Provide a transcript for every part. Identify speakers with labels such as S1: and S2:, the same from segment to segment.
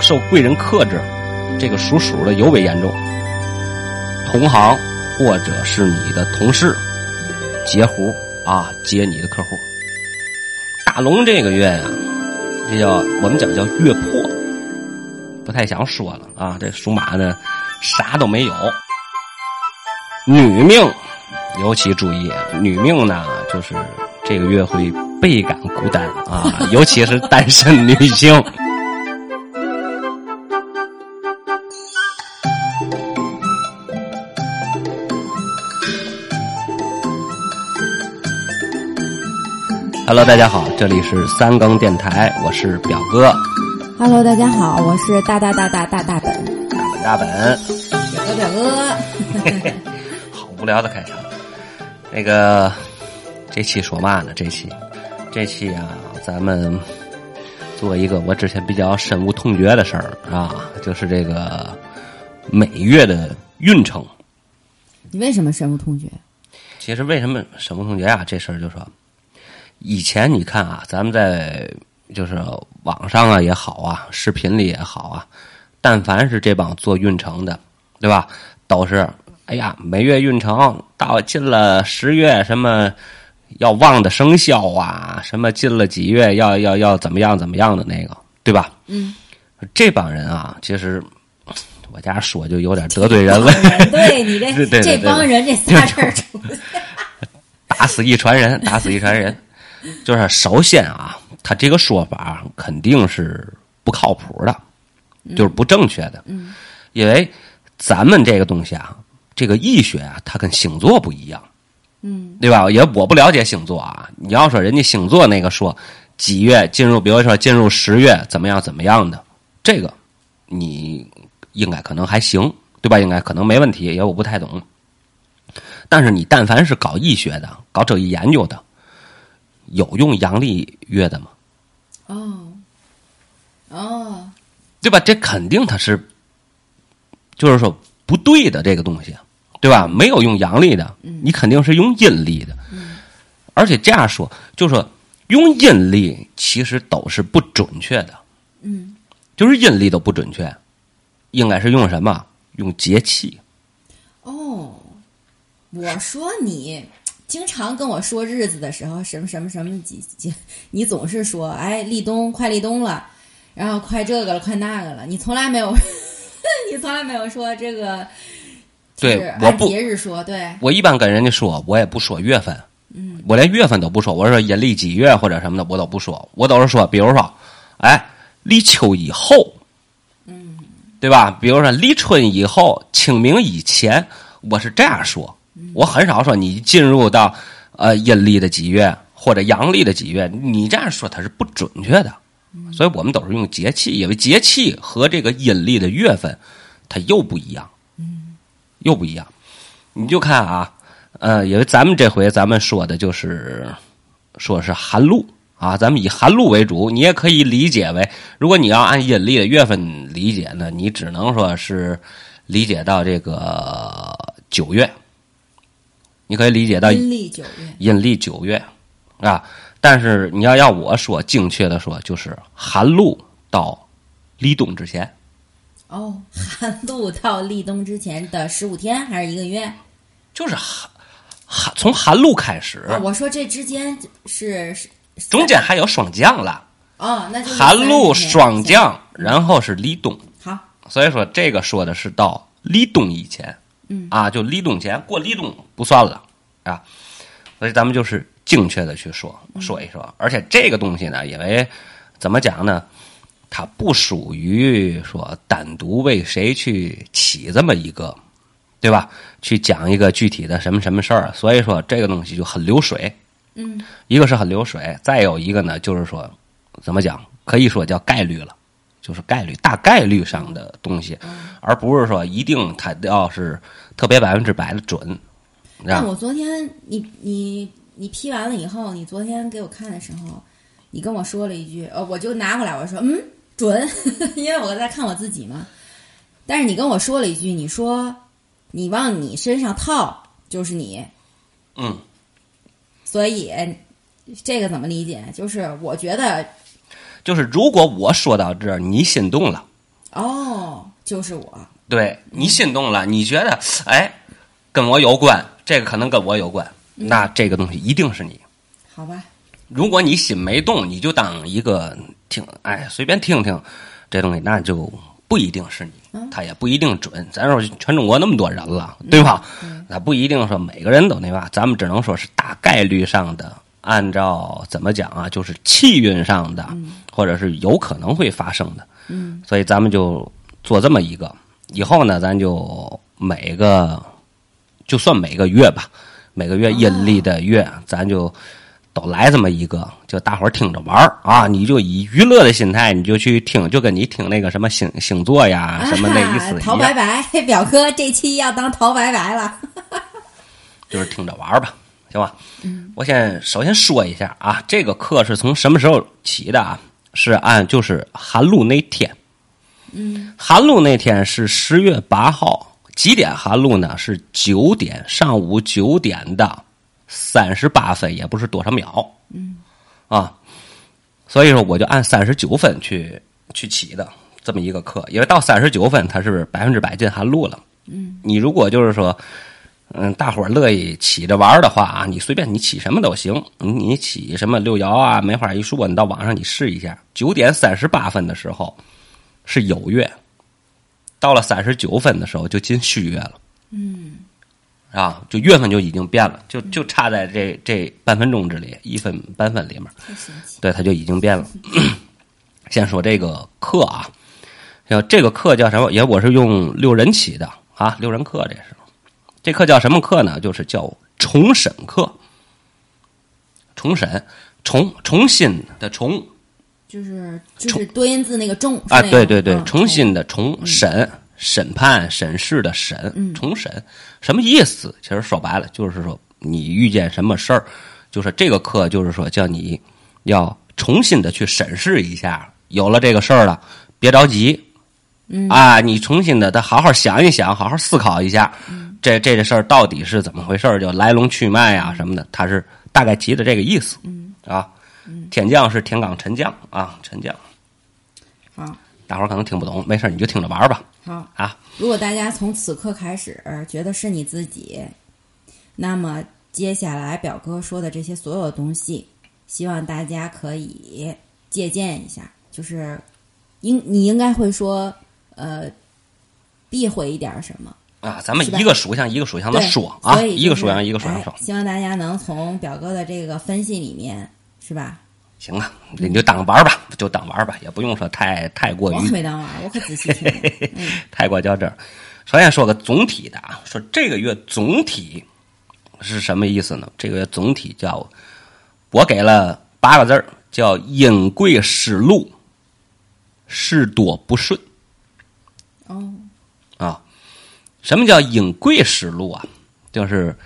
S1: 受贵人克制，这个属鼠的尤为严重。同行或者是你的同事，截胡啊，接你的客户。大龙这个月呀、这叫我们讲叫月破，不太想说了啊。这属马呢，啥都没有。女命尤其注意，女命呢就是这个月会倍感孤单啊，尤其是单身女性。Hello，大家好，这里是三更电台，我是表哥
S2: Hello，大家好，我是大大大大大大本
S1: 大本大本，
S2: 表哥表哥。
S1: 好无聊的开场。那个，这期说嘛呢？这期，这期啊，咱们做一个我之前比较深恶痛绝的事儿啊，就是这个每月的运程。
S2: 你为什么深恶痛 绝？
S1: 其实为什么沈梦同学啊这事儿就说，以前你看啊，咱们在就是网上啊也好啊，视频里也好啊，但凡是这帮做运程的，对吧？都是哎呀，每月运程到进了十月什么。要旺的生肖啊，什么进了几月要要要怎么样怎么样的那个，对吧？
S2: 嗯，
S1: 这帮人啊，其实我家说就有点得罪人了，
S2: 对你这
S1: 对对对
S2: 这帮人这仨事 儿出现，
S1: 打死一船人，打死一船人。就是首先啊，他这个说法肯定是不靠谱的，就是不正确的。嗯，因为咱们这个东西啊，这个易学啊，它跟星座不一样。嗯，对吧？也我不了解星座啊。你要说人家星座那个说几月进入，比如说进入十月怎么样怎么样的，这个你应该可能还行，对吧？应该可能没问题，因为我不太懂。但是你但凡是搞易学的、搞这一研究的，有用阳历月的吗？
S2: 哦哦，
S1: 对吧？这肯定它是，就是说不对的这个东西，对吧？没有用阳历的，你肯定是用阴历的。而且这样说，就是说用阴历其实都是不准确的，
S2: 嗯，
S1: 就是阴历都不准确，应该是用什么？用节气。
S2: 哦，我说你经常跟我说日子的时候，什么什么什么几几，你总是说哎立冬快立冬了，然后快这个了快那个了，你从来没有， 你从来没有说这个。
S1: 对
S2: 就是
S1: 我
S2: 按
S1: 不
S2: 节日说，对，
S1: 我一般跟人家说，我也不说月份，嗯，我连月份都不说，我说阴历几月或者什么的，我都不说，我都是说，比如说，哎，立秋以后，嗯，对吧？比如说立春以后、清明以前，我是这样说，我很少说你进入到呃阴历的几月或者阳历的几月，你这样说它是不准确的，所以我们都是用节气，因为节气和这个阴历的月份它又不一样，嗯，又不一样。你就看啊，呃，因为咱们这回咱们说的就是说是寒露啊，咱们以寒露为主，你也可以理解为，如果你要按阴历的月份理解呢，你只能说是理解到这个九月，你可以理解到
S2: 阴历九月，
S1: 阴历九月啊。但是你要要我说精确的说，就是寒露到立冬之前，
S2: 哦，寒露到立冬之前的十五天还是一个月？
S1: 就是寒寒从寒露开始，
S2: 啊我说这之间是是
S1: 中间还有霜降了。
S2: 哦，那就是
S1: 寒露、
S2: 30天
S1: 霜。降，然后是立冬，
S2: 行好，
S1: 所以说这个说的是到立冬以前，嗯啊，就立冬前过立冬不算了啊，所以咱们就是精确的去说说一说，而且这个东西呢，因为怎么讲呢，它不属于说单独为谁去起这么一个，对吧？去讲一个具体的什么什么事儿，所以说这个东西就很流水，
S2: 嗯，
S1: 一个是很流水，再有一个呢，就是说怎么讲，可以说叫概率了，就是概率大概率上的东西，而不是说一定它要是特别百分之百的准，
S2: 那
S1: 啊，
S2: 我昨天你你你批完了以后，你昨天给我看的时候，你跟我说了一句，呃，我就拿过来，我说嗯准， 因为我在看我自己嘛。但是你跟我说了一句，你说你往你身上套就是你，
S1: 嗯，
S2: 所以这个怎么理解？就是我觉得
S1: 就是如果我说到这儿，你心动了，
S2: 哦，就是我，
S1: 对你心动了，你觉得哎，跟我有关，这个可能跟我有关，那这个东西一定是你。
S2: 好吧，
S1: 如果你心没动，你就当一个听，哎，随便听听这东西，那就不一定是你，他也不一定准。咱说全中国那么多人了，对吧？那不一定说每个人都那吧，咱们只能说是大概率上的，按照怎么讲啊，就是气运上的，或者是有可能会发生的。
S2: 嗯，
S1: 所以咱们就做这么一个，以后呢，咱就每个就算每个月吧，每个月阴历的月，
S2: 哦
S1: 咱就都来这么一个，就大伙儿听着玩儿啊！你就以娱乐的心态，你就去听，就跟你听那个什么星星座呀什么那意思
S2: 啊
S1: 一
S2: 陶
S1: 样，
S2: 白白，表哥这期要当陶白白了。
S1: 就是听着玩儿吧，行吧？我先首先说一下啊，这个课是从什么时候起的啊？是按就是寒露那天，嗯，寒露那天是十月八号，几点寒露呢？是九点，上午九点的三十八分，也不是多少秒，嗯，啊，所以说我就按三十九分去去起的这么一个课，因为到三十九分它是百分之百进寒露了，嗯，你如果就是说。嗯，大伙儿乐意起着玩儿的话啊，你随便你起什么都行，你你起什么六爻啊、梅花易数啊，你到网上你试一下。九点三十八分的时候是酉月，到了三十九分的时候就进戌月了。嗯，啊，就月份就已经变了，就就差在这这半分钟之里，一分半分里面。
S2: 太神奇，
S1: 对，它就已经变了。先说这个课啊，要这个课叫什么？也我是用六人起的啊，六人课这是。这课叫什么课呢？就是叫重审课。重审，重重新的重
S2: 就是就是多音字那个重嗯
S1: 啊，对对对，重
S2: 重
S1: 新的重审、审判、审视的审，重审什么意思？其实说白了就是说，你遇见什么事儿，就是这个课，就是说叫你要重新的去审视一下，有了这个事儿了，别着急。啊，你重新的，再好好想一想，好好思考一下，这这个事儿到底是怎么回事儿？就来龙去脉啊什么的，它是大概提的这个意思。啊，天降是天罡沉降啊，沉降。
S2: 好
S1: 大伙儿可能听不懂，没事儿你就听着玩儿吧。
S2: 好。
S1: 啊，
S2: 如果大家从此刻开始呃觉得是你自己，那么接下来表哥说的这些所有东西，希望大家可以借鉴一下。就是应你应该会说，呃，避讳一点什么？
S1: 啊，咱们
S2: 是吧
S1: 一个属相一个属相的
S2: 对
S1: 说啊，
S2: 所以就是
S1: 一个属相一个属相
S2: 哎
S1: 说，
S2: 希望大家能从表哥的这个分析里面，是吧？
S1: 行啊，你就当玩儿吧，就当玩儿吧，也不用说太太过
S2: 我可
S1: 于
S2: 没当玩儿，我可仔细听了。
S1: 太过较真儿。首先说个总体的啊，说这个月总体是什么意思呢？这个月总体叫我给了八个字儿，叫“因贵失路，事多不顺”。
S2: 哦，
S1: 啊，什么叫隐贵实录啊？就是，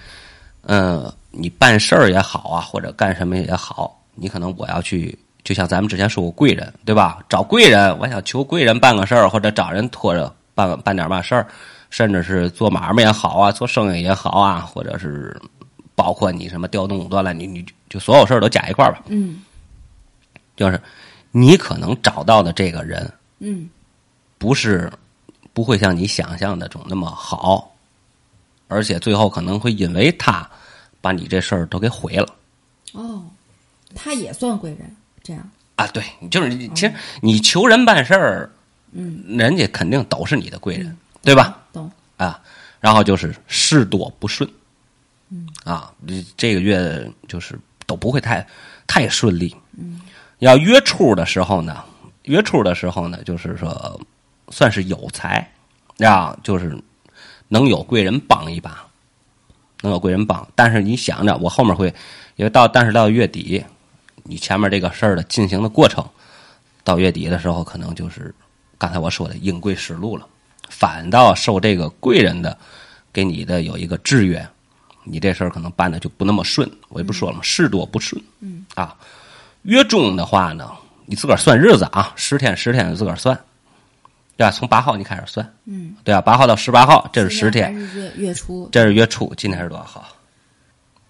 S1: 呃，你办事儿也好啊，或者干什么也好，你可能我要去，就像咱们之前说过贵人，对吧？找贵人，我想求贵人办个事儿，或者找人托着办个办点嘛事儿，甚至是做买卖也好啊，做生意也好啊，或者是包括你什么调动武断了，你你就所有事儿都加一块儿吧。
S2: 嗯
S1: 就是你可能找到的这个人，
S2: 嗯
S1: 不是不会像你想象的种那么好，而且最后可能会因为他把你这事儿都给毁了
S2: 哦，他也算贵人，这样
S1: 啊！对，你就是你其实你求人办事儿，嗯，人家肯定都是你的贵人，对吧？
S2: 懂？
S1: 啊，然后就是事多不顺，啊，这这个月就是都不会太太顺利，嗯，要约处的时候呢，约处的时候呢，就是说算是有才，啊，就是能有贵人帮一把，能有贵人帮，但是你想着我后面会，因为到但是到月底，你前面这个事儿的进行的过程，到月底的时候可能就是刚才我说的应贵失路了。反倒受这个贵人的给你的有一个制约，你这事儿可能办的就不那么顺。我也不说了嘛，事多不顺。嗯啊，约中的话呢，你自个儿算日子啊，十天十天自个儿算，对吧？啊从八号你开始算，嗯，对吧？八号到十八号这是十天，
S2: 现在还是月月初
S1: 这是月初，今天是多少号？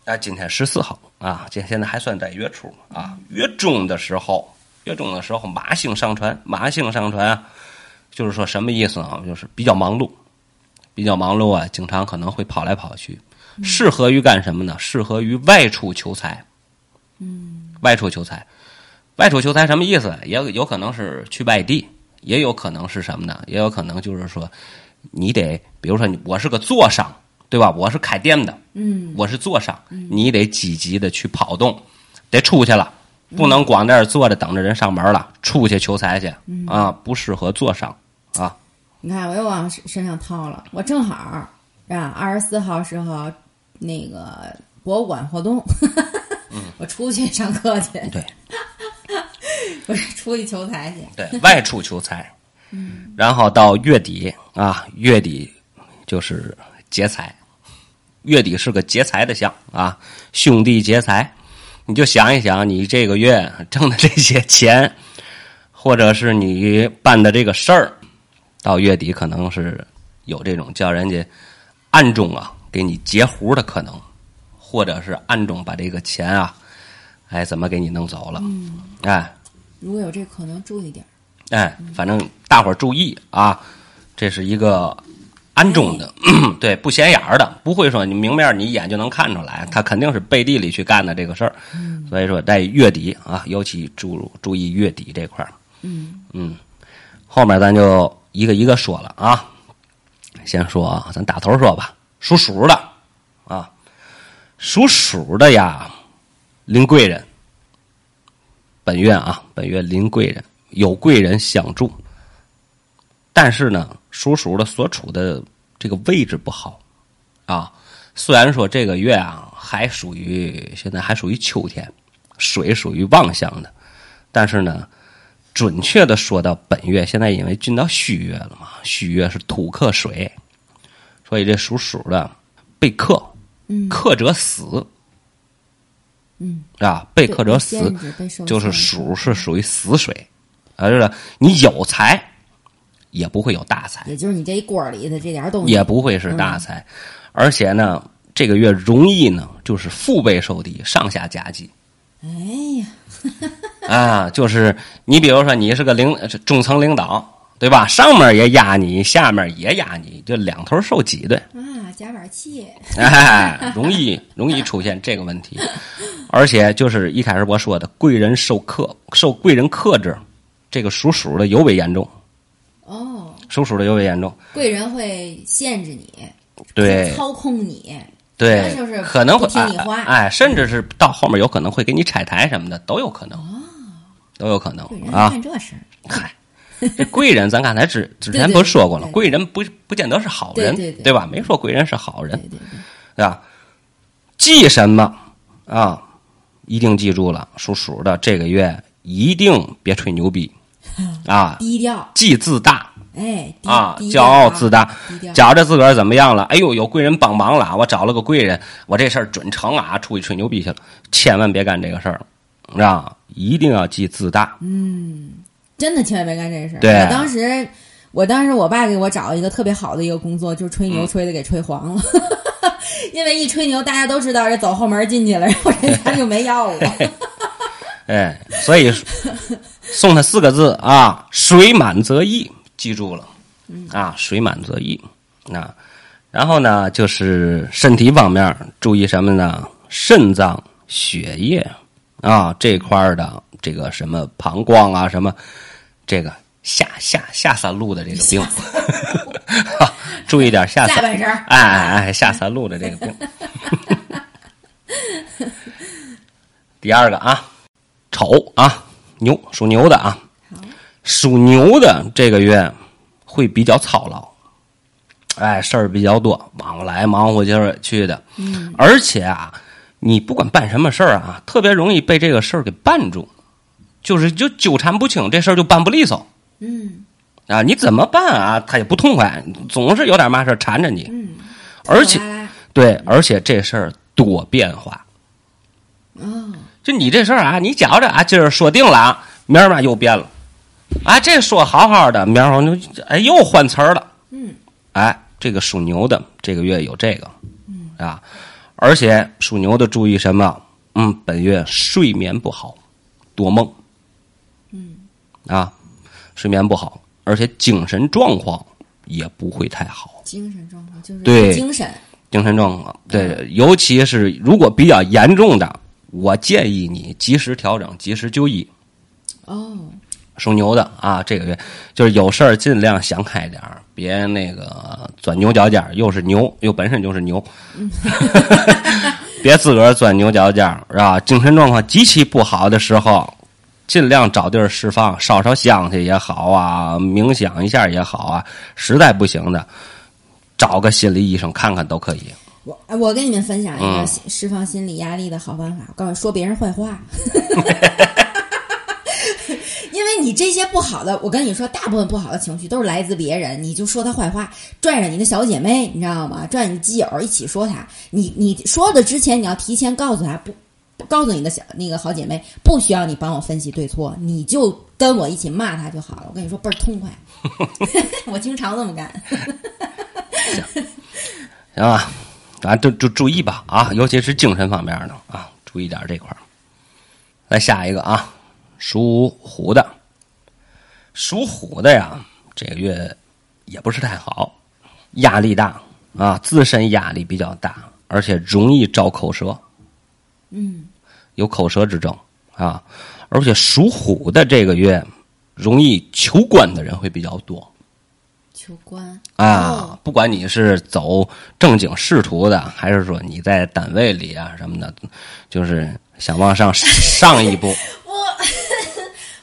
S1: 啊，今天十四号啊，今现在还算在月初啊。月中的时候，月中的时候，马星上传，马星上传啊，就是说什么意思呢？就是比较忙碌，比较忙碌啊，经常可能会跑来跑去，适合于干什么呢？适合于外出求财。嗯，外出求财，外出求财什么意思？也有可能是去外地，也有可能是什么呢？也有可能就是说，你得，比如说你我是个坐商，对吧？我是开店的，
S2: 嗯，
S1: 我是坐商，你得积极的去跑动，得出去了。
S2: 嗯
S1: 不能光在这儿坐着等着人上门了，出去求财去
S2: 嗯
S1: 啊！不适合坐商啊。
S2: 你看，我又往身身上掏了。我正好儿啊，二十四号时候那个博物馆活动， 我出去上课去，
S1: 嗯对，
S2: 我出去求财去。
S1: 对，外出求财， 然后到月底啊，月底就是劫财，月底是个劫财的相啊，兄弟劫财，你就想一想，你这个月 挣的这些钱，或者是你办的这个事儿，到月底可能是有这种叫人家暗中啊给你截胡的可能，或者是暗中把这个钱啊，哎，怎么给你弄走了，哎。
S2: 如果有这可能，注意点儿。
S1: 哎，反正大伙儿注意啊，这是一个暗中的， 对，不显眼儿的，不会说你明面儿你一眼就能看出来，他肯定是背地里去干的这个事儿。所以说，在月底啊，尤其注注意月底这块儿。
S2: 嗯
S1: 嗯，后面咱就一个一个说了啊，先说啊，咱打头说吧，属鼠的啊，属鼠的呀，临贵人。本月啊，本月临贵人，有贵人相助。但是呢，属鼠的所处的这个位置不好啊。虽然说这个月啊还属于现在还属于秋天，水属于旺相的，但是呢，准确的说到本月，现在因为进到戌月了嘛，戌月是土克水，所以这属鼠的被克，
S2: 嗯
S1: 克者死
S2: 嗯，
S1: 啊，被克者死，
S2: 限制被受
S1: 就是
S2: 限制
S1: 鼠是属于死水，啊，就是你有财，也不会有大财，
S2: 也就是你这一锅里的这点儿东西，
S1: 也不会是大财，而且呢，这个月容易呢就是腹背受敌，上下夹击
S2: 哎呀，
S1: 啊，就是你比如说你是个领中层领导，对吧？上面也压你，下面也压你，就两头受挤兑，
S2: 啊，夹板气，
S1: 哎，容易容易出现这个问题，而且就是一开始我说的贵人受克，受贵人克制，这个属鼠的尤为严重。
S2: 哦，
S1: 属鼠的尤为严重，
S2: 贵人会限制你，
S1: 对
S2: 操控你，
S1: 对，
S2: 就是
S1: 可能会
S2: 不听你话
S1: 哎哎，甚至是到后面有可能会给你拆台什么的，都有可能，都有可能
S2: 哦贵人
S1: 啊。
S2: 干这事儿，
S1: 嗨，这贵人咱刚才 之之前
S2: 对对
S1: 不是说过了，
S2: 对对
S1: 贵人不不见得是好人，
S2: 对对对
S1: 吧？没说贵人是好人
S2: 对，对对，
S1: 对吧？记什么啊？一定记住了，属鼠的这个月一定别吹牛 逼啊，
S2: 低调，
S1: 忌自大
S2: 哎，低
S1: 啊，
S2: 低
S1: 骄
S2: 调
S1: 傲
S2: 啊
S1: 自大。
S2: 低调，
S1: 觉着自个儿怎么样了？哎呦，有贵人帮忙了，啊我找了个贵人，我这事儿准成啊！出去吹牛逼去了，千万别干这个事儿，啊！一定要记自大。
S2: 真的千万别干这事儿。
S1: 对
S2: 我当时，我当时我爸给我找了一个特别好的一个工作，就是吹
S1: 嗯
S2: 牛吹的给吹黄了。 因为一吹牛，大家都知道这走后门进去了，然后人家就 没要我。
S1: 哎，所以送他四个字啊：水满则溢，记住了啊，水满则溢啊。然后呢，就是身体方面注意什么呢？肾脏、血液啊这块儿的这个什么膀胱啊什么这个下下下三路的这个病， 注意点下
S2: 下
S1: 三
S2: 半身儿，
S1: 哎哎哎，下三路的这个病。第二个啊，丑啊，牛属牛的啊，属牛的这个月会比较操劳，哎，事儿比较多，往来忙活就是去的，而且啊，你不管办什么事儿啊，特别容易被这个事儿给绊住，就是就纠缠不清，这事儿就办不利索。
S2: 嗯
S1: 啊，你怎么办啊？他也不痛快，总是有点嘛事儿缠着你，
S2: 嗯，
S1: 而且
S2: 拖拉拉
S1: 对，而且这事儿多变化。
S2: 哦，
S1: 就你这事儿啊，你觉着啊，今儿说定了啊，明儿嘛又变了，啊，这说好好的，明儿我就哎又换词儿了。
S2: 嗯，
S1: 哎，这个属牛的这个月有这个，嗯啊，而且属牛的注意什么？嗯，本月睡眠不好，多梦。嗯啊，睡眠不好，而且精神状况也不会太好。
S2: 精神状况就是
S1: 对
S2: 精神，
S1: 精神状况，对，尤其是如果比较严重的，我建议你及时调整，及时就医。
S2: 哦，
S1: 属牛的啊，这个月就是有事儿尽量想开点儿，别那个钻牛角尖儿，又是牛，又本身就是牛， 别自个儿钻牛角尖儿，是吧？精神状况极其不好的时候，尽量找地儿释放，烧烧香去也好啊，冥想一下也好啊，实在不行的，找个心理医生看看都可以。
S2: 我哎我跟你们分享一个
S1: 嗯
S2: 心释放心理压力的好办法，我告诉你，说别人 坏话。因为你这些不好的，我跟你说，大部分不好的情绪都是来自别人，你就说他坏话，拽着你的小姐妹，你知道吗？拽着你基友一起说他。你你说的之前，你要提前告诉他，不不告诉你的小那个好姐妹，不需要你帮我分析对错，你就跟我一起骂他就好了。我跟你说倍儿 痛快，我经常这么干。
S1: 行吧，咱就就注意吧啊，尤其是精神方面的啊，注意点这块儿。来下一个啊，属虎的，属虎的呀，这个月也不是太好，压力大啊，自身压力比较大，而且容易招口舌，
S2: 嗯，
S1: 有口舌之争啊，而且属虎的这个月容易求官的人会比较多。
S2: 求官哦
S1: 啊，不管你是走正经仕途的，还是说你在单位里啊什么的，就是想往上上一 步，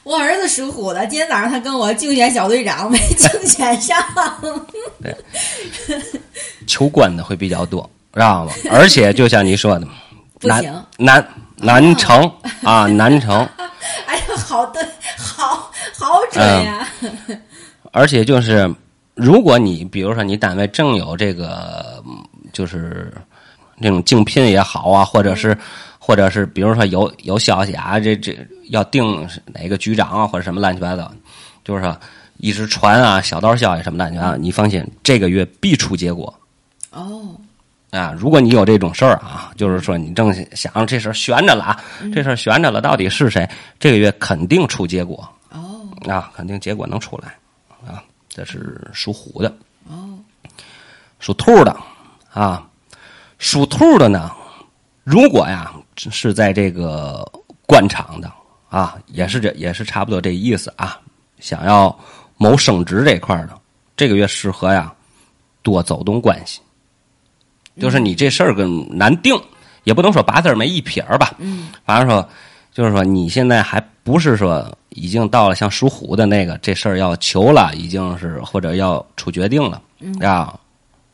S2: 我儿子属虎的，今天早上他跟我竞选小队长，没竞选上。
S1: 求官的会比较多，知道吗？而且就像你说的，
S2: 不行
S1: 南南南城啊，南城，
S2: 哎呀，好的，好好准呀、
S1: 而且就是，如果你比如说你单位正有这个，嗯就是这种竞聘也好啊，或者是或者是比如说有有消息啊，这这要定哪个局长啊，或者什么乱七八糟，就是说一直传啊小道消息什么乱七八糟，你放心，这个月必出结果。嗯
S2: 哦，
S1: 啊，如果你有这种事儿啊，就是说你正想这事儿悬着了啊，这事儿悬着了，到底是谁？这个月肯定出结果。
S2: 哦，
S1: 啊，肯定结果能出来啊。这是属虎的，
S2: 哦，
S1: 属兔的啊，属兔的呢，如果呀是在这个官场的啊，也是这也是差不多这意思啊，想要谋升职这块儿的，这个月适合呀多走动关系，就是你这事儿跟难定，也不能说八字儿没一撇儿吧，
S2: 嗯，
S1: 反正说就是说你现在还不是说已经到了像属虎的那个这事儿要求了，已经是或者要出决定了，嗯啊，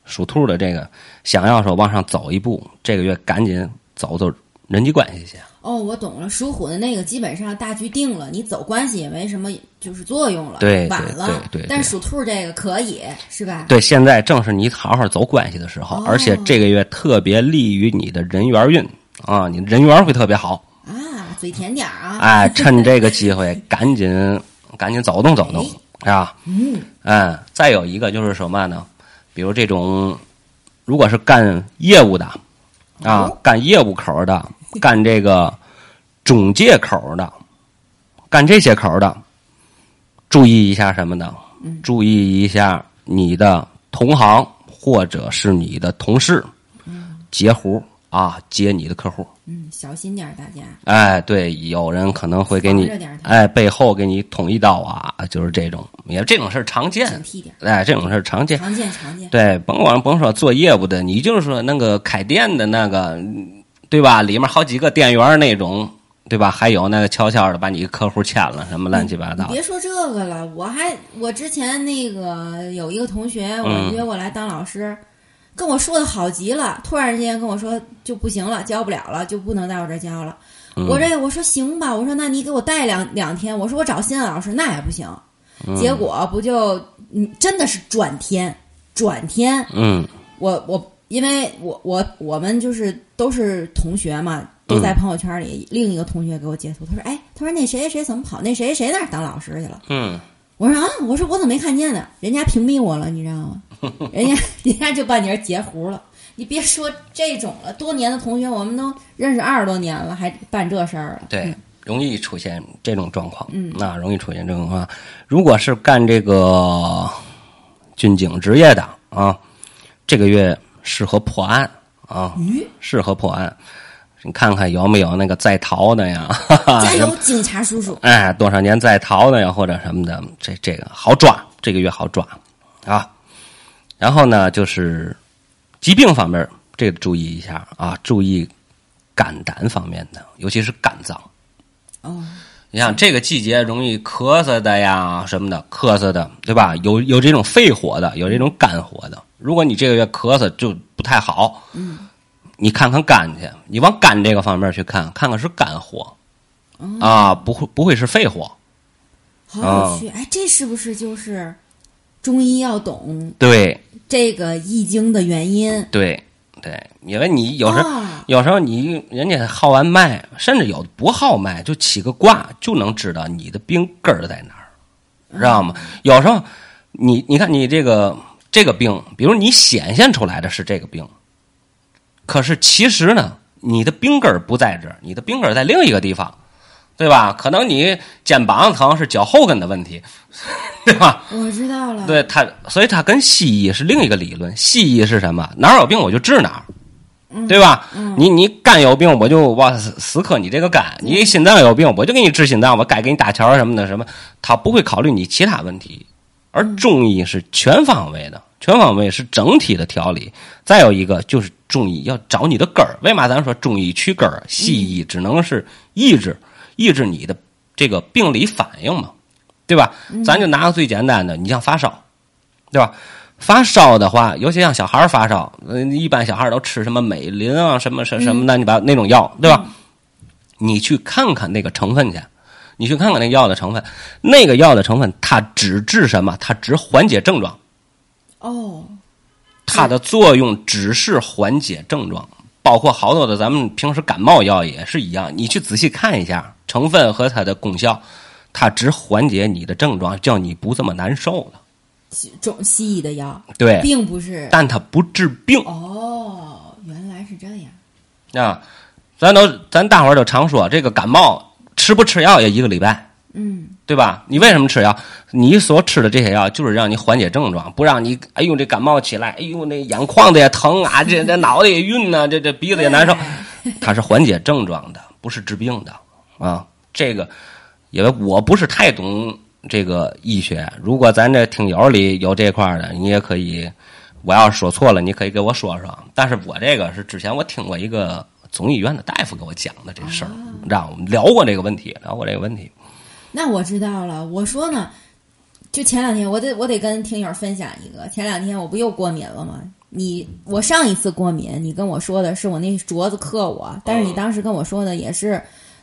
S1: 属兔的这个想要说往上走一步，这个月赶紧走走人际关系去，啊
S2: 哦，我懂了，属虎的那个基本上大局定了，你走关系也没什么就是作用了，
S1: 对
S2: 晚
S1: 对
S2: 了。
S1: 对对对
S2: 但是属兔这个可以是吧？
S1: 对，现在正是你好好走关系的时候，
S2: 哦
S1: 而且这个月特别利于你的人缘运啊，你人缘会特别好。
S2: 啊，嘴甜点儿啊，
S1: 哎，趁这个机会赶紧赶紧走动走动啊！
S2: 嗯，
S1: 嗯，再有一个就是什么呢？比如这种，如果是干业务的啊，
S2: 哦
S1: 干业务口儿的，干这个中介口儿的，干这些口儿的，注意一下什么呢？
S2: 嗯
S1: 注意一下你的同行或者是你的同事，截胡啊，接你的客户。
S2: 嗯，小心点儿，大家。
S1: 哎，对，有人可能会给你
S2: 防着点儿他
S1: 哎背后给你捅一刀啊，就是这种，也这种事儿常见
S2: 警。惕点儿，
S1: 哎，这种事儿常见。
S2: 常见常见。
S1: 对，甭管甭说做业务的，你就是说那个开店的那个，嗯对吧？里面好几个店员儿那种，对吧？还有那个悄悄的把你客户签了，什么乱七八
S2: 你
S1: 糟的。
S2: 别说这个了，我还我之前那个有一个同学，我
S1: 嗯
S2: 约过来当老师，跟我说的好极了，突然之间跟我说就不行了，教不了了，就不能在我这儿教了。
S1: 嗯
S2: 我这我说行吧，我说那你给我带两两天，我说我找新的老师那也不行，
S1: 嗯
S2: 结果不就嗯真的是转天转天，
S1: 嗯
S2: 我我因为我我我们就是都是同学嘛，都在朋友圈里。另一个同学给我截图，他说：“哎，他说那谁谁谁怎么跑那谁谁谁那儿当老师去了
S1: 嗯，？”
S2: 我说：“啊，我说我怎么没看见呢？人家屏蔽我了，你知道吗？人家人家就半截截胡了。你别说这种了，多年的同学，我们都认识二十多年了，还办这事儿了。
S1: 对。容易出现这种状况，嗯，那容易出现这种状况。如果是干这个军警职业的啊，这个月适合破案啊，适合破案。你看看有没有那个在逃的呀？哈哈
S2: 加油，警察叔叔！
S1: 哎，多少年在逃的呀，或者什么的，这这个好抓，这个月好抓啊。然后呢，就是疾病方面，这个注意一下啊，注意肝胆方面的，尤其是肝脏。
S2: 哦，
S1: 你像这个季节容易咳嗽的呀，什么的，咳嗽的，对吧？有有这种肺火的，有这种肝火的。如果你这个月咳嗽就不太好，嗯，你看看肝去，你往肝这个方面去看，看看是肝火，啊，不会不会是肺火，
S2: 好有趣！哎，这是不是就是中医要懂
S1: 对
S2: 这个易经的原因？
S1: 对对，因为你有时候、
S2: 啊
S1: 有时候你人家号完脉，甚至有的不号脉，就起个卦就能知道你的病根儿在哪儿，知道吗？有时候你你看你这个这个病，比如你显现出来的是这个病，可是其实呢，你的病根儿不在这儿，你的病根儿在另一个地方，对吧？可能你肩膀疼是脚后跟的问题， 对吧？
S2: 我知道了。，
S1: 对它，所以它跟西医是另一个理论。西医是什么？哪儿有病我就治哪儿，对吧？你你肝有病，我就往死死磕你这个肝；你心脏有病，我就给你治心脏，我该给你打桥什么的什么。他不会考虑你其他问题，而中医是全方位的，全方位是整体的调理。再有一个就是中医要找你的根儿，为嘛咱说中医去根儿，西医只能是抑制，抑制你的这个病理反应嘛。对吧？咱就拿个最简单的，你像发烧，对吧？发烧的话，尤其像小孩儿发烧，呃一般小孩儿都吃什么美林啊，什么什什么乱七八糟那种药，对吧？你去看看那个成分去，你去看看那个药的成分，那个药的成分它只治什么？它只缓解症状，
S2: 哦，
S1: 它的作用只是缓解症状，包括好多的咱们平时感冒药也是一样，你去仔细看一下成分和它的功效，它只缓解你的症状，叫你不这么难受了。
S2: 西中西医的药
S1: 对，
S2: 并不是。
S1: 但它不治病
S2: 哦，原来是这样。
S1: 啊。咱都咱大伙儿都常说，这个感冒吃不吃药也一个礼拜，
S2: 嗯，
S1: 对吧？你为什么吃药？你所吃的这些药就是让你缓解症状，不让你哎呦这感冒起来，哎呦那眼眶子也疼啊，这这脑袋也晕呐、这这鼻子也难受。它是缓解症状的，不是治病的啊。这个，因为我不是太懂这个医学，如果咱这听友里有这块儿的，你也可以，我要是说错了，你可以给我说说。但是我这个是之前我听过一个总医院的大夫给我讲的这事儿，
S2: 哦
S1: 让我们聊过这个问题，聊过这个问题。
S2: 那我知道了。我说呢，就前两天我得我得跟听友分享一个，前两天我不又过敏了吗？你我上一次过敏，你跟我说的是我那镯子克我，但是你当时跟我说的也是，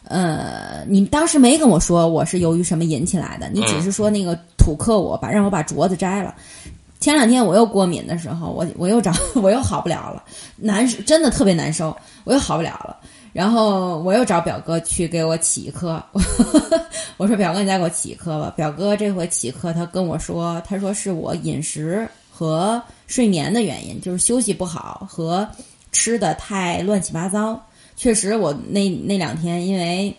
S2: 呃，你当时没跟我说我是由于什么引起来的，你只是说那个土克我，把让我把镯子摘了。前两天我又过敏的时候，我我又长 我又好不了了，难受真的特别难受，我又好不了了。然后我又找表哥去给我起一颗，我说表哥，你再给我起一颗吧。表哥这回起一颗，他跟我说，他说是我饮食和睡眠的原因，就是休息不好和吃的太乱七八糟。确实，我那那两天因为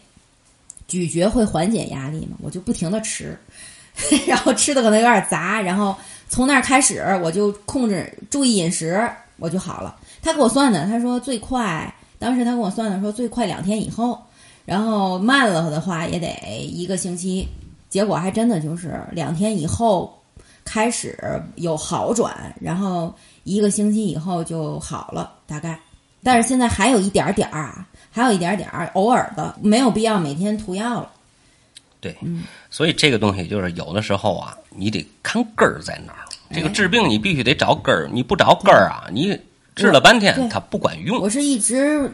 S2: 咀嚼会缓解压力嘛，我就不停的吃， 然后吃的可能有点杂，然后从那儿开始我就控制注意饮食，我就好了。他给我算的，他说最快，当时他跟我算的说最快两天以后，然后慢了的话也得一个星期，结果还真的就是两天以后开始有好转，然后一个星期以后就好了，大概。但是现在还有一点儿点儿啊，还有一点儿点儿，偶尔的，没有必要每天涂药了。
S1: 对，
S2: 嗯
S1: 所以这个东西就是有的时候啊，你得看根儿在哪儿。
S2: 哎
S1: 这个治病你必须得找根儿，你不找根儿啊，你治了半
S2: 对
S1: 天它不管用
S2: 我。是一直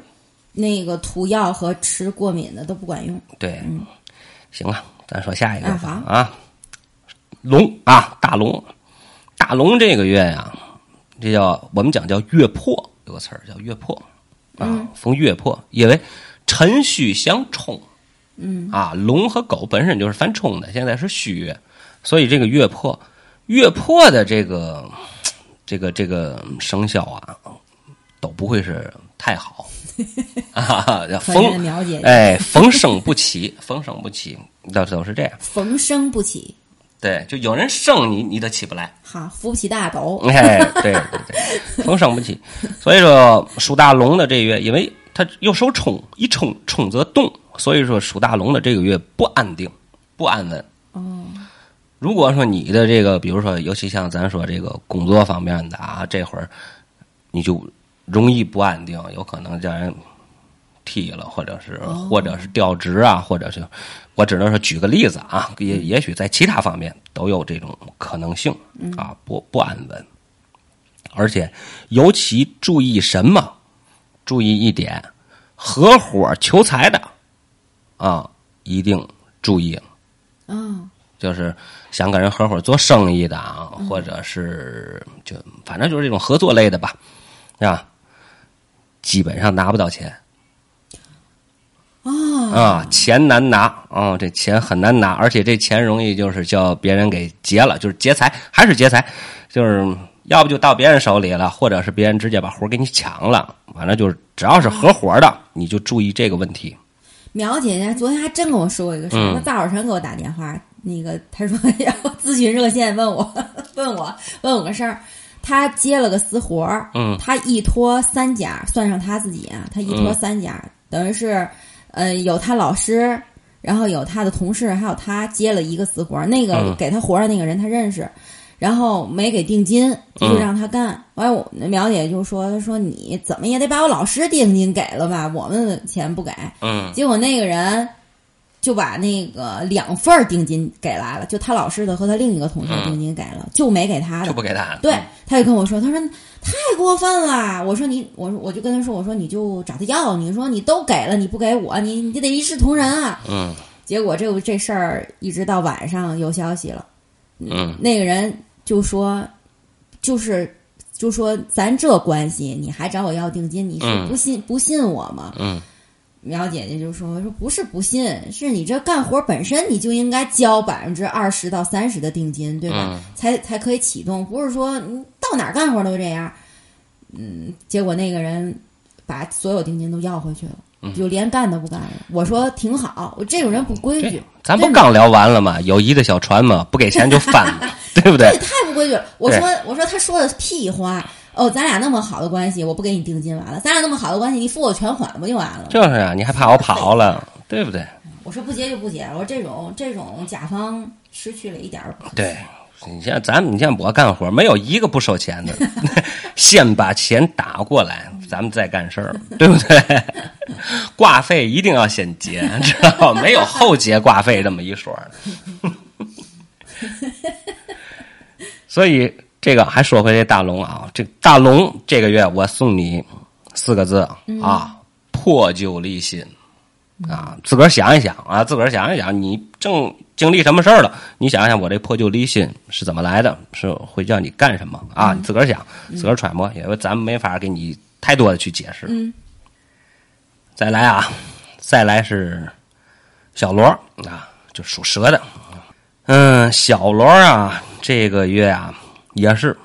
S2: 那个涂药和吃过敏的都不管用。
S1: 对，
S2: 嗯
S1: 行啊，咱说下一个
S2: 啊
S1: 吧啊，龙啊，大龙，大龙这个月呀、这叫我们讲叫月破，有个词儿叫月破
S2: 嗯
S1: 啊，逢月破，因为辰戌相冲，嗯啊，龙和狗本身就是犯冲的，现在是戌月，所以这个月破，月破的这个这个这个生肖啊，都不会是太好， 啊，
S2: 可怜的
S1: 逢
S2: 苗姐姐，
S1: 哎逢生不起，逢生不起，都都是这样。
S2: 逢生不起，
S1: 对，就有人生你，你都起不来。
S2: 好扶不起大斗。
S1: 哎，对对对，逢生不起。所以说属大龙的这个月，因为它又受冲，一冲冲则动，所以说属大龙的这个月不安定，不安稳。
S2: 哦，
S1: 如果说你的这个，比如说，尤其像咱说这个工作方面的啊，这会儿你就容易不安定，有可能叫人踢了，或者是
S2: 哦
S1: 或者是调职啊，或者是我只能说举个例子啊，也也许在其他方面都有这种可能性
S2: 嗯
S1: 啊，不不安稳，而且尤其注意什么？注意一点，合伙求财的啊，一定注意
S2: 哦，
S1: 就是想跟人合伙做生意的啊，
S2: 嗯
S1: 或者是就反正就是这种合作类的吧，啊，基本上拿不到钱
S2: 哦，
S1: 啊，钱难拿啊，这钱很难拿，而且这钱容易就是叫别人给劫了，就是劫财，还是劫财，就是要不就到别人手里了，或者是别人直接把活给你抢了，反正就是只要是合伙的，你就注意这个问题。
S2: 苗姐姐昨天还真跟我说过一个事儿，
S1: 嗯
S2: 她早上给我打电话，那个她说 要咨询热线问我问我问我个事儿，她接了个私活儿，
S1: 嗯
S2: 她一拖三家，算上她自己啊，她一拖三家，等于是，呃，有她老师，然后有她的同事，还有她接了一个私活儿，那个
S1: 嗯
S2: 给她活儿的那个人她认识。然后没给定金，就
S1: 嗯
S2: 让她干。完、我苗姐就说：“她说你怎么也得把我老师定金给了吧，我们钱不给。”
S1: 嗯
S2: 结果那个人就把那个两份儿定金给来了，就他老师的和他另一个同事的定金给了，就没给他
S1: 就嗯
S2: 的。
S1: 不给他。
S2: 对，他就跟我说，他说太过分了。我说你，我说我就跟他说，我说你就找他要，你说你都给了，你不给我，你你得一视同仁啊。
S1: 嗯
S2: 结果这个这事儿一直到晚上有消息了，
S1: 嗯
S2: 那个人就说，就是就说咱这关系，你还找我要定金，你是
S1: 嗯
S2: 不信、不信我吗？
S1: 嗯
S2: 苗姐姐就说：“说不是不信，是你这干活本身你就应该交百分之二十到三十的定金，对吧？
S1: 嗯
S2: 才才可以启动，不是说你到哪儿干活都这样。”嗯，结果那个人把所有定金都要回去
S1: 嗯
S2: 了，就连干都不干了。我说挺好，我这种人不规矩
S1: 对，咱不刚聊完了吗？友谊的小船嘛，不给钱就翻 嘛，对不对
S2: 这也？太不规矩了。我说我说他说的屁话哦，咱俩那么好的关系，我不给你定金完了，咱俩那么好的关系，你付我全款不就完了吗？
S1: 就是啊，你还怕我跑了，对不对？
S2: 我说不结就不结，我说这种这种甲方失去了一点儿
S1: 对，你像咱们，你像我干活，没有一个不收钱的， 先把钱打过来，咱们再干事儿，对不对？ 挂费一定要先结，知道吗？没有后结挂费这么一说的 所以这个还说回这大龙啊，这大龙这个月我送你四个字啊，破旧立新。啊，自个儿想一想啊，自个儿想一想，你正经历什么事儿了？你想想，我这破旧立新是怎么来的？是会叫你干什么啊？你自个儿想，自个儿揣摩，因为咱们没法给你太多的去解释。
S2: 嗯，
S1: 再来啊，再来是小罗啊，就属蛇的。嗯，小罗啊，这个月啊也是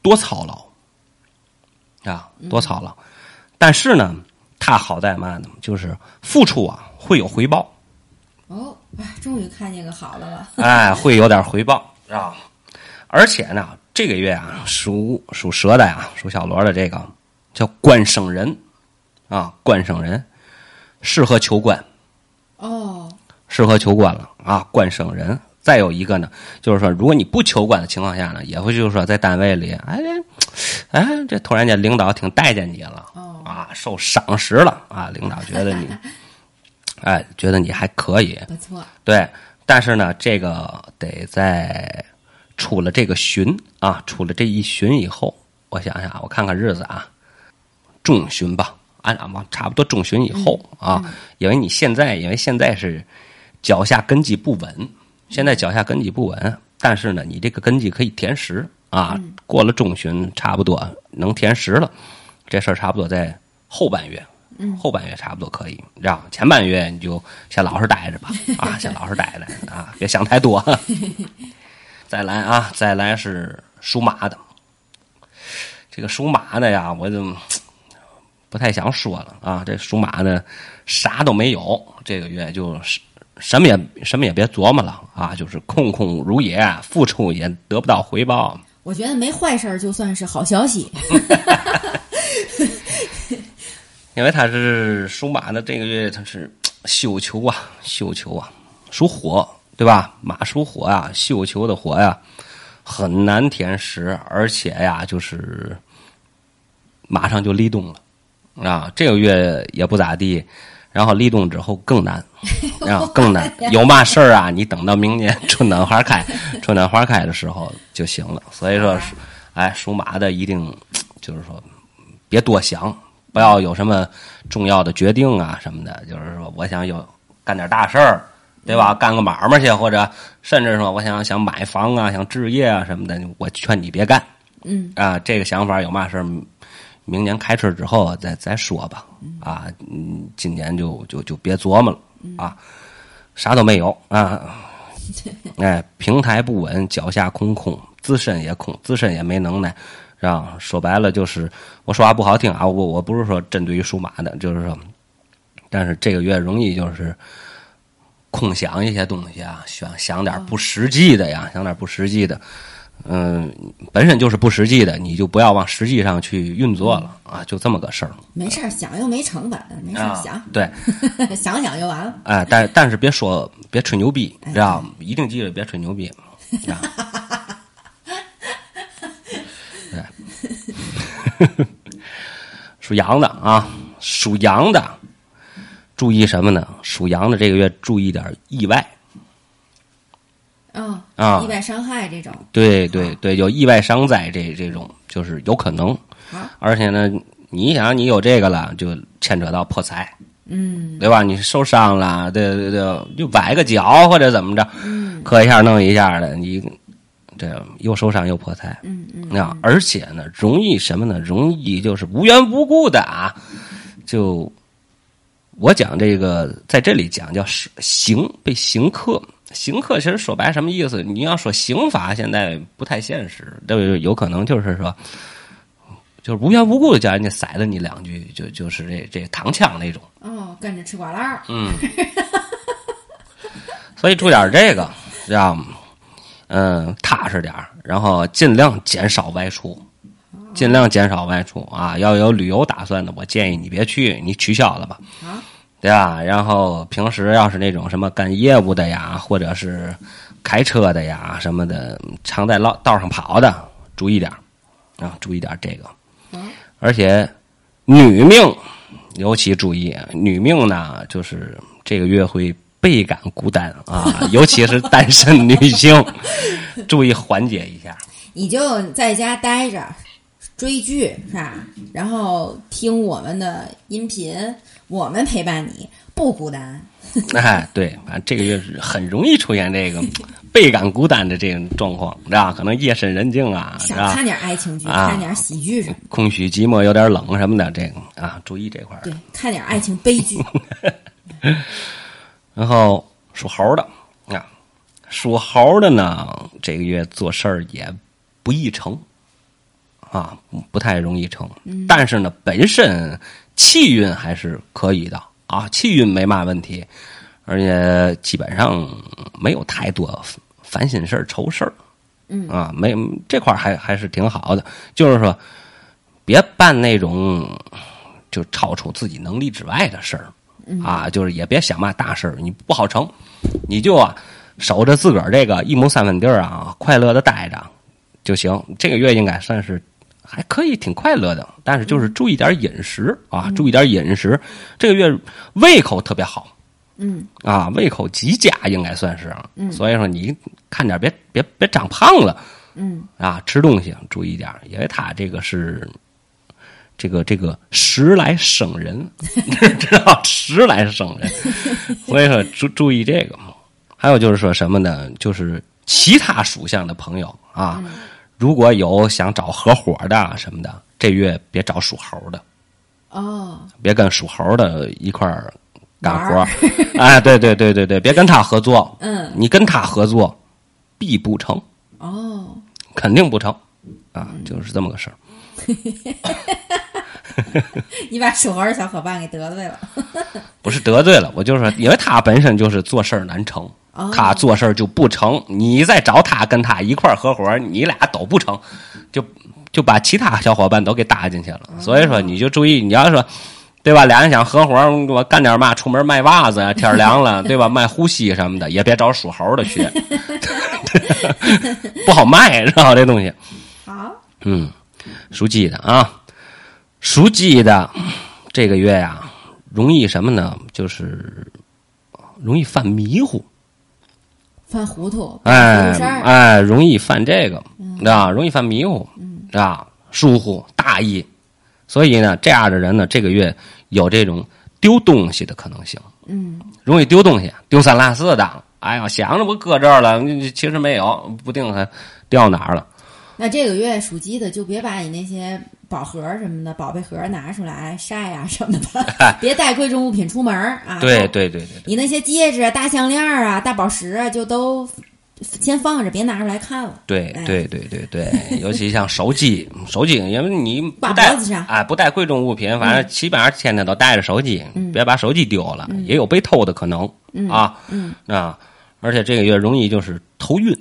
S1: 多操劳啊，多操劳。但是呢，他好在嘛呢？就是付出啊会有回报，
S2: 哦，哎，终于看见个好的了。
S1: 哎，会有点回报啊。而且呢，这个月啊，属属蛇的呀、属小罗的这个叫官生人啊，官生人适合求官，
S2: 哦，
S1: 适合求官了啊，官生人。再有一个呢，就是说，如果你不求官的情况下呢，也会就是说在单位里，哎，这哎，这突然间领导挺待见你了
S2: 哦，
S1: 啊，受赏识了啊，领导觉得你，哎，觉得你还可以，
S2: 不错，
S1: 对，但是呢，这个得在出了这个旬啊，出了这一旬以后，我想想啊，我看看日子啊，中旬吧，按按往差不多中旬以后啊，因为你现在因为现在是脚下根基不稳，现在脚下根基不稳，但是呢，你这个根基可以填实啊，过了中旬差不多能填实了，这事儿差不多在后半月。后半月差不多可以，让前半月你就先老实待着吧，啊，先老实待着啊，别想太多。 再来啊，再来是属马的，这个属马的呀，我就不太想说了啊。这属马的啥都没有，这个月就是什么也什么也别琢磨了啊，就是空空如也，付出也得不到回报。
S2: 我觉得没坏事儿就算是好消息。
S1: 因为他是属马的，这个月他是绣球啊，绣球啊，属火对吧？马属火呀、绣球的火呀、很难填实，而且呀，就是马上就立冬了啊，这个月也不咋地，然后立冬之后更难啊，更难。有嘛事儿啊，你等到明年春暖花开，春暖花开的时候就行了。所以说，哎，属马的一定就是说别多想，不要有什么重要的决定啊什么的，就是说我想有干点大事儿。对吧？干个买卖去，或者甚至说，我想想买房啊，想置业啊什么的，我劝你别干
S2: 嗯，
S1: 啊。这个想法有嘛事儿，明年开春之后再再说吧。啊，嗯，今年就就就别琢磨了啊，啥都没有啊。哎，平台不稳，脚下空空，自身也空，自身也没能耐，是吧？说白了就是，我说话不好听啊，我我不是说针对于属马的，就是说，但是这个月容易就是空想一些东西啊，想想点不实际的呀，想点不实际的，嗯，本身就是不实际的，你就不要往实际上去运作了啊，就这么个事儿
S2: 没事儿，想又没成本，没事儿
S1: 啊
S2: 想，，
S1: 对。
S2: 想想就完了。
S1: 哎，但但是别说别吹牛逼，知道吗？一定记着别吹牛逼，啊知道吗？对，哎 属羊的啊，属羊的，注意什么呢？属羊的这个月注意点意外，
S2: 啊、
S1: 啊
S2: 意外伤害这种，
S1: 对对对，有意外伤灾这这种，就是有可能
S2: 好。
S1: 而且呢，你想你有这个了，就牵扯到破财，
S2: 嗯
S1: 对吧？你受伤了，对对对，就崴个脚或者怎么着，
S2: 嗯
S1: 磕一下弄一下的，你这又受伤又破财。
S2: 嗯嗯，
S1: 啊，而且呢，容易什么呢？容易就是无缘无故的啊，就我讲这个，在这里讲叫是刑被刑克。刑克其实说白什么意思？你要说刑罚，现在不太现实，对，有可能就是说，就是无缘无故的叫人家塞了你两句，就就是这这躺枪那种。
S2: 哦，跟着吃瓜烂儿，
S1: 嗯，所以注意点儿这个，知道吗？嗯，踏实点儿，然后尽量减少外出，尽量减少外出啊！要有旅游打算的，我建议你别去，你取消了吧，
S2: 啊
S1: 对吧？然后平时要是那种什么干业务的呀，或者是开车的呀什么的，常在道道上跑的，注意点儿啊，注意点儿这个。
S2: 嗯
S1: 而且女命尤其注意，女命呢，就是这个月会倍感孤单啊，尤其是单身女性， 注意缓解一下。
S2: 你就在家待着，追剧是吧？然后听我们的音频，我们陪伴你，不孤单。
S1: 哎，对，反正这个月是很容易出现这个倍感孤单的这种状况，知道吧？可能夜深人静啊，知
S2: 少
S1: 道吧
S2: 看点爱情剧，
S1: 啊
S2: 看点喜剧什么的，
S1: 空虚、寂寞、有点冷什么的，这个啊，注意这块儿。
S2: 对，看点爱情悲 剧。
S1: 然后属猴的啊，属猴的呢，这个月做事儿也不易成啊，不不太容易成。但是呢，本身气运还是可以的啊，气运没嘛问题，而且基本上没有太多烦心事儿、愁事儿。
S2: 嗯
S1: 啊，没这块儿还还是挺好的，就是说，别办那种就超出自己能力之外的事儿。啊，就是也别想嘛大事儿，你不好成，你就啊守着自个儿这个一亩三分地儿啊，快乐的待着就行。这个月应该算是还可以，挺快乐的，但是就是注意点饮食啊，注意点饮食。这个月胃口特别好
S2: 嗯
S1: 啊，胃口极佳，应该算是。啊
S2: 嗯
S1: 所以说你看点儿别别别长胖了。
S2: 嗯
S1: 啊，吃东西注意点儿，因为他这个是这个这个时来生人， 知道时来生人，所以说注注意这个。还有就是说什么呢？就是其他属相的朋友啊，
S2: 嗯
S1: 如果有想找合伙的什么的，这月别找属猴的，
S2: 哦，
S1: 别跟属猴的一块儿干活
S2: 玩
S1: 儿。哎，对对对对对，别跟他合作，
S2: 嗯
S1: 你跟他合作必不成。
S2: 哦，
S1: 肯定不成啊，就是这么个事儿。
S2: 你把手玩的小伙伴给得罪了。
S1: 不是得罪了，我就是说因为他本身就是做事儿难成，
S2: 哦
S1: 他做事儿就不成，你再找他跟他一块儿合伙儿，你俩都不成，就就把其他小伙伴都给搭进去了。所以说你就注意，你要说。对吧？俩人想合伙儿，我干点嘛？出门卖袜子呀，天儿凉了，对吧？卖护膝什么的，也别找属猴的去， 不好卖，知道吧这东西。
S2: 好，
S1: 嗯，属鸡的啊，属鸡的这个月呀、容易什么呢？就是容易犯迷糊，
S2: 犯糊涂，
S1: 哎
S2: 有事儿，
S1: 哎，容易犯这个啊，容易犯迷糊啊，疏忽大意。所以呢，这样的人呢，这个月有这种丢东西的可能性，
S2: 嗯，
S1: 容易丢东西，丢三落四的。哎呀，想着我搁这儿了，其实没有，不定还掉哪儿了。
S2: 那这个月属鸡的就别把你那些宝盒什么的、宝贝盒拿出来晒呀、什么的， 别带贵重物品出门儿啊。
S1: 哎对对对对
S2: 你那些戒指、啊、大项链儿啊、大宝石啊，就都先放着，别拿出来看了。
S1: 对
S2: 哎
S1: 对对对对，尤其像手机， 手机因为你不
S2: 挂
S1: 带
S2: 脖子上嗯
S1: 哎，不带贵重物品，反正基本上天天都带着手机，别把手机丢了，也有被偷的可能啊
S2: 嗯
S1: 啊！而且这个月容易就是头晕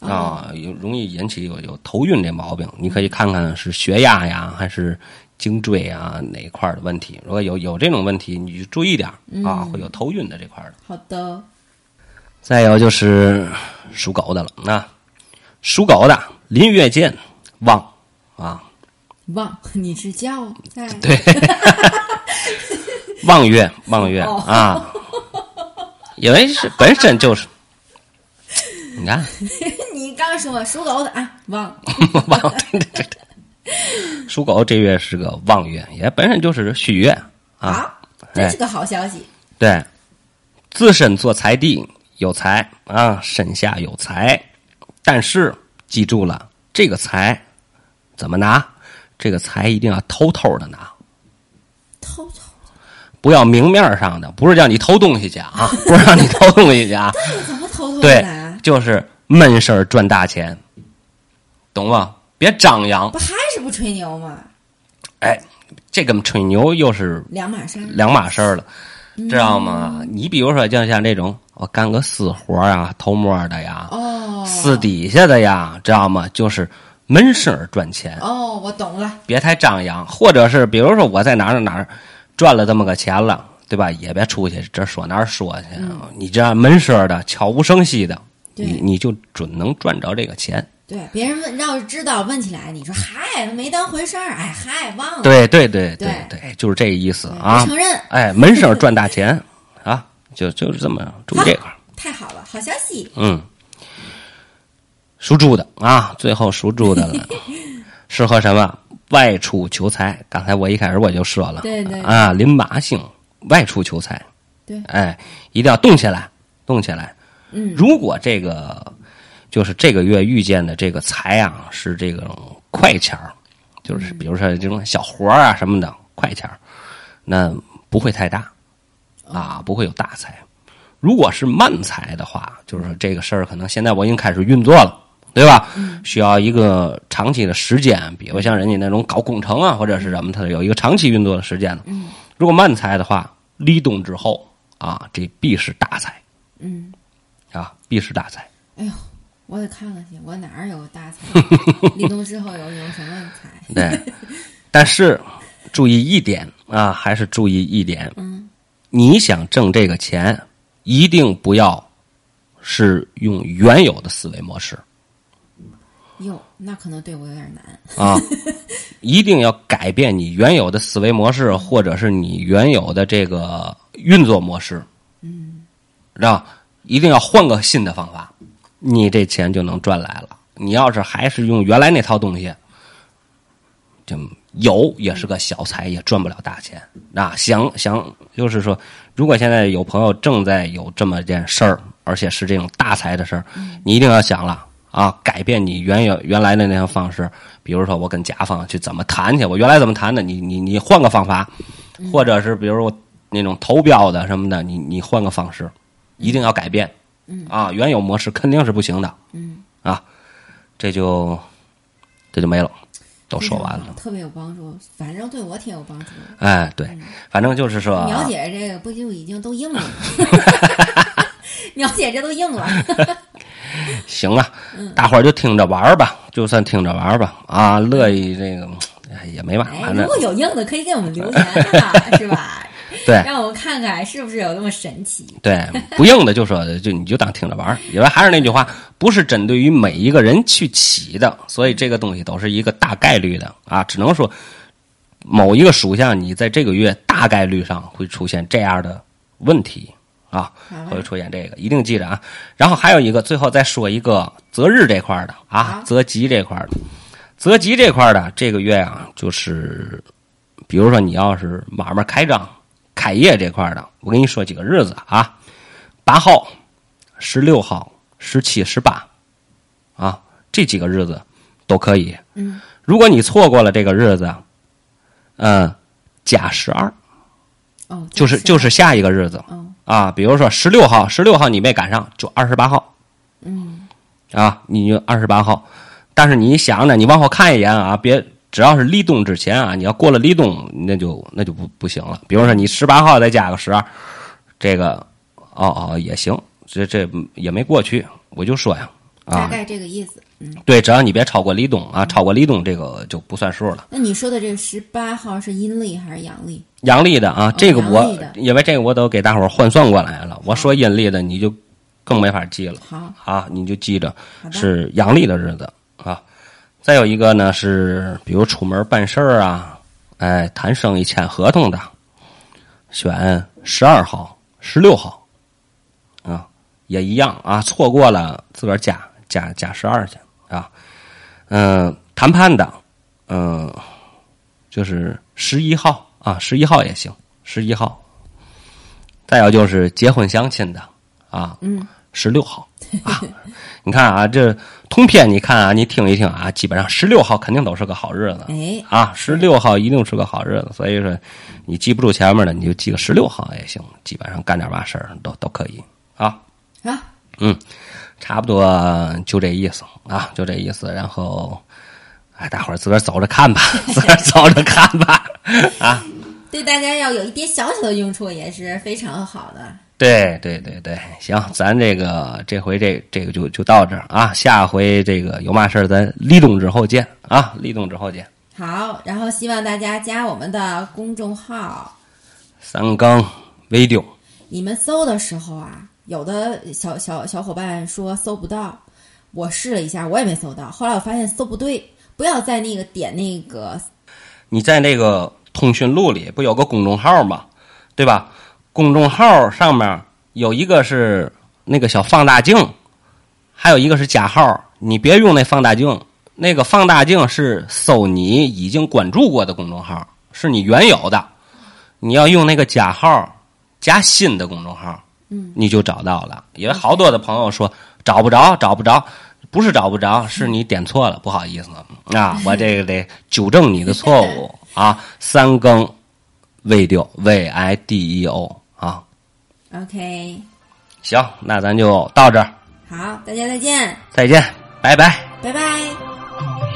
S2: 哦
S1: 啊，有容易引起有有头晕这毛病，你可以看看是血压呀，还是颈椎啊哪一块儿的问题。如果有有这种问题，你就注意点儿
S2: 嗯
S1: 啊，会有头晕的这块儿的。
S2: 好的，
S1: 再有就是属狗的了，啊，属狗的临月见旺啊，
S2: 忘 你是叫哎在
S1: 对，望月望月
S2: 哦
S1: 啊，因为是本身就是，你看
S2: 你刚说属狗的啊，忘
S1: 望，对对对，属狗这月是个望月，也本身就是虚月啊，
S2: 好，这是个好消息。
S1: 对，自身做财地有财啊，身下有财，但是记住了，这个财怎么拿？这个财一定要偷偷的拿，
S2: 偷偷
S1: 不要明面上的，不是叫你偷东西去 啊，不是让你偷东西去啊，
S2: 怎么偷偷的啊
S1: 对
S2: 拿？，
S1: 就是闷声儿赚大钱，懂吗？别张扬，
S2: 不还是不吹牛吗？
S1: 哎，这跟吹牛又是
S2: 两码事儿。
S1: 两码事儿了，
S2: 嗯
S1: 知道吗？你比如说，就像这种我干个私活儿啊、偷摸儿的呀，
S2: 哦
S1: 私底下的呀，知道吗？就是闷声儿赚钱，
S2: 哦，我懂了。
S1: 别太张扬，或者是比如说我在哪儿哪儿赚了这么个钱了，对吧？也别出去这说哪儿说去，你这样闷声儿的、悄无声息的，
S2: 嗯对
S1: 你你就准能赚着这个钱。
S2: 对，别人问要是知道问起来，你说嗨，没当回事儿，哎嗨，忘了，
S1: 对对对
S2: 对
S1: 对，就是这个意思
S2: 不
S1: 啊！
S2: 承认，
S1: 哎，闷声儿赚大钱啊，就就是这么注意这块儿。
S2: 太好了，好消息。
S1: 嗯，属猪的啊，最后属猪的 了，适合什么？外出求财。刚才我一开始我就说了，
S2: 对对
S1: 啊，临马星，外出求财。
S2: 对
S1: 哎，一定要动起来，动起来。
S2: 嗯
S1: 如果这个就是这个月遇见的这个财啊，是这种快钱儿，就是比如说这种小活儿啊什么的快钱儿，那不会太大啊，不会有大财。如果是慢财的话，就是说这个事儿可能现在我已经开始运作了，对吧？需要一个长期的时间，比如像人家那种搞工程啊或者是什么，它有一个长期运作的时间的。如果慢财的话，立冬之后啊，这必是大财
S2: 嗯，
S1: 啊，必是大财。
S2: 哎呦，我得看看去，我哪儿有大财？ 立冬之后有有什么财？
S1: 对，但是注意一点啊，还是注意一点。
S2: 嗯，
S1: 你想挣这个钱，一定不要是用原有的思维模式
S2: 哟，那可能对我有点难。
S1: 啊，一定要改变你原有的思维模式，或者是你原有的这个运作模式。嗯，让一定要换个新的方法，你这钱就能赚来了。你要是还是用原来那套东西，就有也是个小财，也赚不了大钱。那想想就是说，如果现在有朋友正在有这么件事儿，而且是这种大财的事儿，你一定要想了啊，改变你原有原来的那样方式。比如说，我跟甲方去怎么谈去，我原来怎么谈的，你你你换个方法，或者是比如我那种投标的什么的，你你换个方式，一定要改变。啊，原有模式肯定是不行的。
S2: 嗯，
S1: 啊，这就这就没了。都说完
S2: 非常
S1: 了
S2: 好。特别有帮助，反正对我挺有帮助的。
S1: 哎，对，
S2: 嗯
S1: 反正就是说，啊
S2: 苗姐这个不就已经都硬了吗？ 苗姐这都硬了，哎
S1: 行啊，
S2: 嗯
S1: 大伙儿就听着玩儿吧，就算听着玩儿吧啊，乐意这个哎也没嘛，
S2: 哎，
S1: 反
S2: 如
S1: 正
S2: 果有硬的可以给我们留言 啊，是吧？
S1: 对
S2: 让我们看看是不是有那么神奇。
S1: 对，不硬的就说就你就当听着玩儿。因为还是那句话，不是针对于每一个人去起的，所以这个东西都是一个大概率的啊，只能说某一个属相你在这个月大概率上会出现这样的问题啊，
S2: 好吧
S1: 会出现这个，一定记着啊。然后还有一个，最后再说一个择日这块儿的啊
S2: 好，
S1: 择吉这块儿的，择吉这块儿的这个月啊，就是比如说你要是买卖开张、开业这块儿的，我跟你说几个日子啊，八号、十六号、十七、十八啊，这几个日子都可以。
S2: 嗯，
S1: 如果你错过了这个日子，嗯，加十二，
S2: 哦，，
S1: 就是就是是下一个日子。
S2: 嗯
S1: 啊，比如说十六号，十六号你没赶上，就二十八号
S2: 嗯，
S1: 啊，你就二十八号。但是你想呢，你往后看一眼啊，别只要是立冬之前啊，你要过了立冬，那就那就不不行了。比如说你十八号再加个十二，这个哦哦也行，这这也没过去。我就说呀，
S2: 大
S1: 啊，
S2: 概这个意思。嗯，
S1: 对，只要你别超过立冬啊，超过立冬这个就不算数了。
S2: 那你说的这十八号是阴历还是阳历？
S1: 阳历的啊，这个
S2: 哦阳
S1: 我、
S2: 历的哦
S1: 因为这个我都给大伙儿换算过来了。我说阴历的你就更没法记了。
S2: 好，
S1: 啊，你就记着
S2: 好的
S1: 是阳历的日子啊。再有一个呢是，比如出门办事儿啊，哎，谈生意签合同的，选十二号、十六号啊，也一样啊。错过了自个儿加加加十二去啊。嗯、谈判的，嗯、就是十一号啊，十一号也行，十一号。再有就是结婚相亲的啊，
S2: 嗯，
S1: 十六 号啊，你看啊，这通篇你看啊，你听一听啊，基本上十六号肯定都是个好日子
S2: 哎，
S1: 啊，十六号一定是个好日子，所以说你记不住前面的，你就记个十六号也行，基本上干点嘛事儿都都可以啊，
S2: 好，
S1: 差不多就这意思啊，就这意思，然后。哎，大伙儿自个儿走着看吧， 自个儿走着看吧。
S2: 对大家要有一点小小的用处也是非常好的。
S1: 对对对对，行，咱这个这回这这个就就到这儿啊，下回这个有嘛事儿咱立冬之后见啊，立冬之后见。
S2: 好，然后希望大家加我们的公众号，
S1: 三更 video
S2: 你们搜的时候啊，有的小小小伙伴说搜不到，我试了一下，我也没搜到。后来我发现搜不对，不要在那个点那个
S1: 你在那个通讯录里不有个公众号吗？对吧？公众号上面有一个是那个小放大镜，还有一个是加号。你别用那放大镜，那个放大镜是搜你已经关注过的公众号，是你原有的。你要用那个加号加新的公众号，
S2: 嗯，
S1: 你就找到了。因为好多的朋友说找不着，找不着，不是找不着，是你点错了，不好意思啊，我这个得纠正你的错误啊。三更未丢 v i d e o 啊，
S2: OK。
S1: 行，那咱就到这儿，
S2: 好，大家再见，
S1: 再见，拜拜。
S2: 拜拜。